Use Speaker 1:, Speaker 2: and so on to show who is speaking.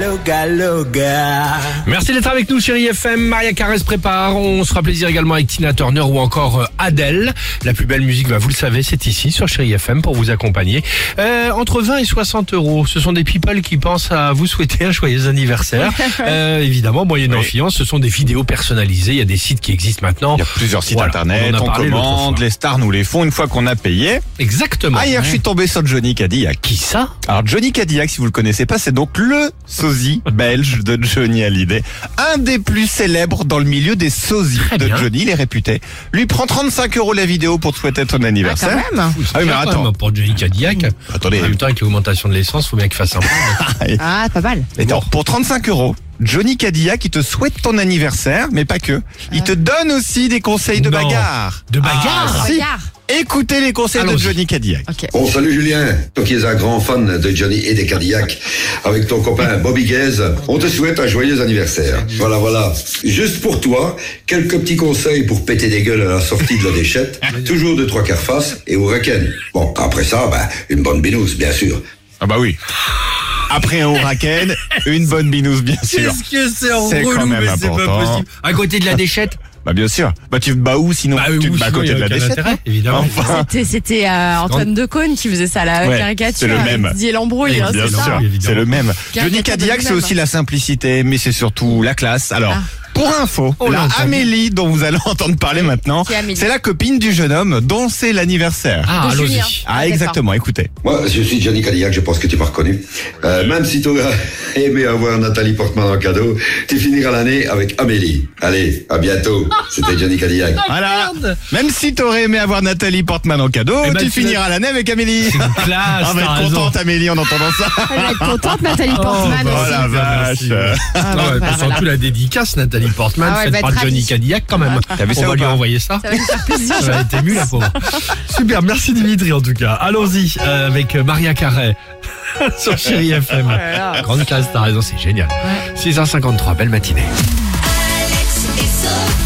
Speaker 1: loga, loga, loga.
Speaker 2: Merci d'être avec nous, chérie FM. Maria Carré se prépare. On se fera plaisir également avec Tina Turner ou encore euh, Adele. La plus belle musique, bah, vous le savez, c'est ici sur chérie FM pour vous accompagner. Euh, entre 20 et 60 euros, ce sont des people qui pensent à vous souhaiter un joyeux anniversaire. Euh, évidemment, moyennant
Speaker 3: Oui.
Speaker 2: fiance, ce sont des vidéos personnalisées. Il y a des sites qui existent maintenant.
Speaker 3: Il y a plusieurs sites
Speaker 2: Voilà,
Speaker 3: internet,
Speaker 2: on en a
Speaker 3: on,
Speaker 2: parlé l'autre
Speaker 3: commande,
Speaker 2: fois.
Speaker 3: les stars nous les font une fois qu'on a payé.
Speaker 2: Exactement.
Speaker 3: Ah, hier, je suis tombé sur Johnny Cadillac.
Speaker 2: Qui ça
Speaker 3: Alors, Johnny Cadillac, si vous le connaissez pas, c'est donc le sosie belge de Johnny Hallyday. Un des plus célèbres dans le milieu des sosies
Speaker 2: Très
Speaker 3: de
Speaker 2: bien.
Speaker 3: Johnny, il est réputé. Lui prend 35 euros la vidéo pour te souhaiter ton
Speaker 4: Ah,
Speaker 3: anniversaire.
Speaker 4: quand même.
Speaker 3: Ah oui, mais
Speaker 2: Tiens,
Speaker 3: attends.
Speaker 2: quand même, Pour Johnny Cadillac.
Speaker 3: Attendez.
Speaker 2: En même temps, avec l'augmentation de l'essence, faut bien qu'il fasse un plan.
Speaker 4: Ah, pas mal.
Speaker 3: Attends, pour 35 euros, Johnny Cadillac, il te souhaite ton anniversaire, mais pas que. Il te donne aussi des conseils de
Speaker 2: Ah. Non.
Speaker 3: bagarre.
Speaker 2: De bagarre
Speaker 3: Ah, si.
Speaker 4: Bagarre.
Speaker 3: Écoutez les conseils de
Speaker 2: Allons-y.
Speaker 3: Johnny Cadillac.
Speaker 4: Ok.
Speaker 5: Bon, salut Julien, toi qui es un grand fan de Johnny et des Cadillacs, avec ton copain Bobby Gaze, on te souhaite un joyeux anniversaire. Voilà, voilà. Juste pour toi, quelques petits conseils pour péter des gueules à la sortie de la déchette, toujours de trois quarts face et au requin. Bon, après ça, ben, une bonne binouse, bien sûr.
Speaker 3: Ah bah oui. Après un huracan, une bonne binouse, bien sûr.
Speaker 2: Qu'est-ce que c'est en
Speaker 3: C'est quand
Speaker 2: relou,
Speaker 3: même
Speaker 2: mais c'est pas
Speaker 3: important.
Speaker 2: possible. À côté de la déchette
Speaker 3: Bah bien sûr. Bah tu te bats où sinon
Speaker 2: Bah,
Speaker 3: Tu
Speaker 2: où
Speaker 3: te bats
Speaker 2: sinon,
Speaker 3: à
Speaker 2: y
Speaker 3: côté
Speaker 2: a
Speaker 3: de la
Speaker 2: aucun
Speaker 3: déchette. hein.
Speaker 2: intérêt,
Speaker 3: non
Speaker 2: évidemment.
Speaker 3: Enfin,
Speaker 4: C'était- C'était euh, Antoine Decaune qui faisait ça, la
Speaker 3: Ouais, c'est
Speaker 4: caricature.
Speaker 3: le
Speaker 4: avec
Speaker 3: même.
Speaker 4: Didier Lambrouille,
Speaker 2: Et
Speaker 4: hein,
Speaker 3: bien
Speaker 4: c'est ça.
Speaker 3: sûr,
Speaker 2: évidemment.
Speaker 3: c'est le même.
Speaker 4: Caricature
Speaker 3: Johnny
Speaker 4: de
Speaker 3: Cadillac, c'est
Speaker 4: lui-même.
Speaker 2: hein.
Speaker 3: aussi la simplicité, mais c'est surtout la classe. Alors.
Speaker 4: Ah.
Speaker 3: Pour info,
Speaker 2: On l'a
Speaker 3: la
Speaker 2: entendu.
Speaker 3: Amélie dont vous allez entendre parler maintenant,
Speaker 4: Qui est Amélie
Speaker 3: c'est la copine du jeune homme dont c'est l'anniversaire.
Speaker 2: Ah,
Speaker 4: De
Speaker 2: allons-y.
Speaker 4: Julien.
Speaker 3: Ah,
Speaker 4: Ah,
Speaker 3: exactement, écoutez.
Speaker 5: Moi, je suis Johnny Cadillac, je pense que tu m'as reconnu. Euh, même si tu aurais aimé avoir Nathalie Portman en cadeau, tu finiras l'année avec Amélie. Allez, à bientôt. C'était Johnny Cadillac.
Speaker 3: Voilà.
Speaker 2: merde.
Speaker 3: Même si t'aurais aimé avoir Nathalie Portman en cadeau,
Speaker 2: Eh ben,
Speaker 3: tu
Speaker 2: tu
Speaker 3: finiras l'année avec Amélie.
Speaker 2: C'est une classe,
Speaker 3: Ah, on va
Speaker 2: t'as
Speaker 3: être
Speaker 2: raison.
Speaker 3: contente Amélie en entendant ça.
Speaker 4: Elle va être contente, Nathalie
Speaker 2: Oh,
Speaker 4: Portman
Speaker 2: bah,
Speaker 3: Oh
Speaker 4: aussi.
Speaker 3: la
Speaker 2: Merci.
Speaker 3: vache.
Speaker 4: Ah,
Speaker 2: Non,
Speaker 4: bah,
Speaker 2: mais
Speaker 4: voilà,
Speaker 2: surtout
Speaker 4: voilà.
Speaker 2: la dédicace, Nathalie Portman,
Speaker 4: Ah ouais, elle va
Speaker 2: faite
Speaker 4: être
Speaker 2: par Johnny
Speaker 4: ravie.
Speaker 2: Cadillac quand même.
Speaker 3: T'as vu
Speaker 2: On
Speaker 3: ça ou
Speaker 2: va lui
Speaker 3: pas
Speaker 2: envoyer ça.
Speaker 4: Ça va lui faire plaisir.
Speaker 2: Elle est émue, la pauvre. Super, merci Dimitri en tout cas. Allons-y euh, avec Maria Carré sur Chéri FM.
Speaker 4: Oh là là.
Speaker 2: Grande classe, t'as raison, c'est génial. 6h53, belle matinée.
Speaker 6: Alex et Sophie.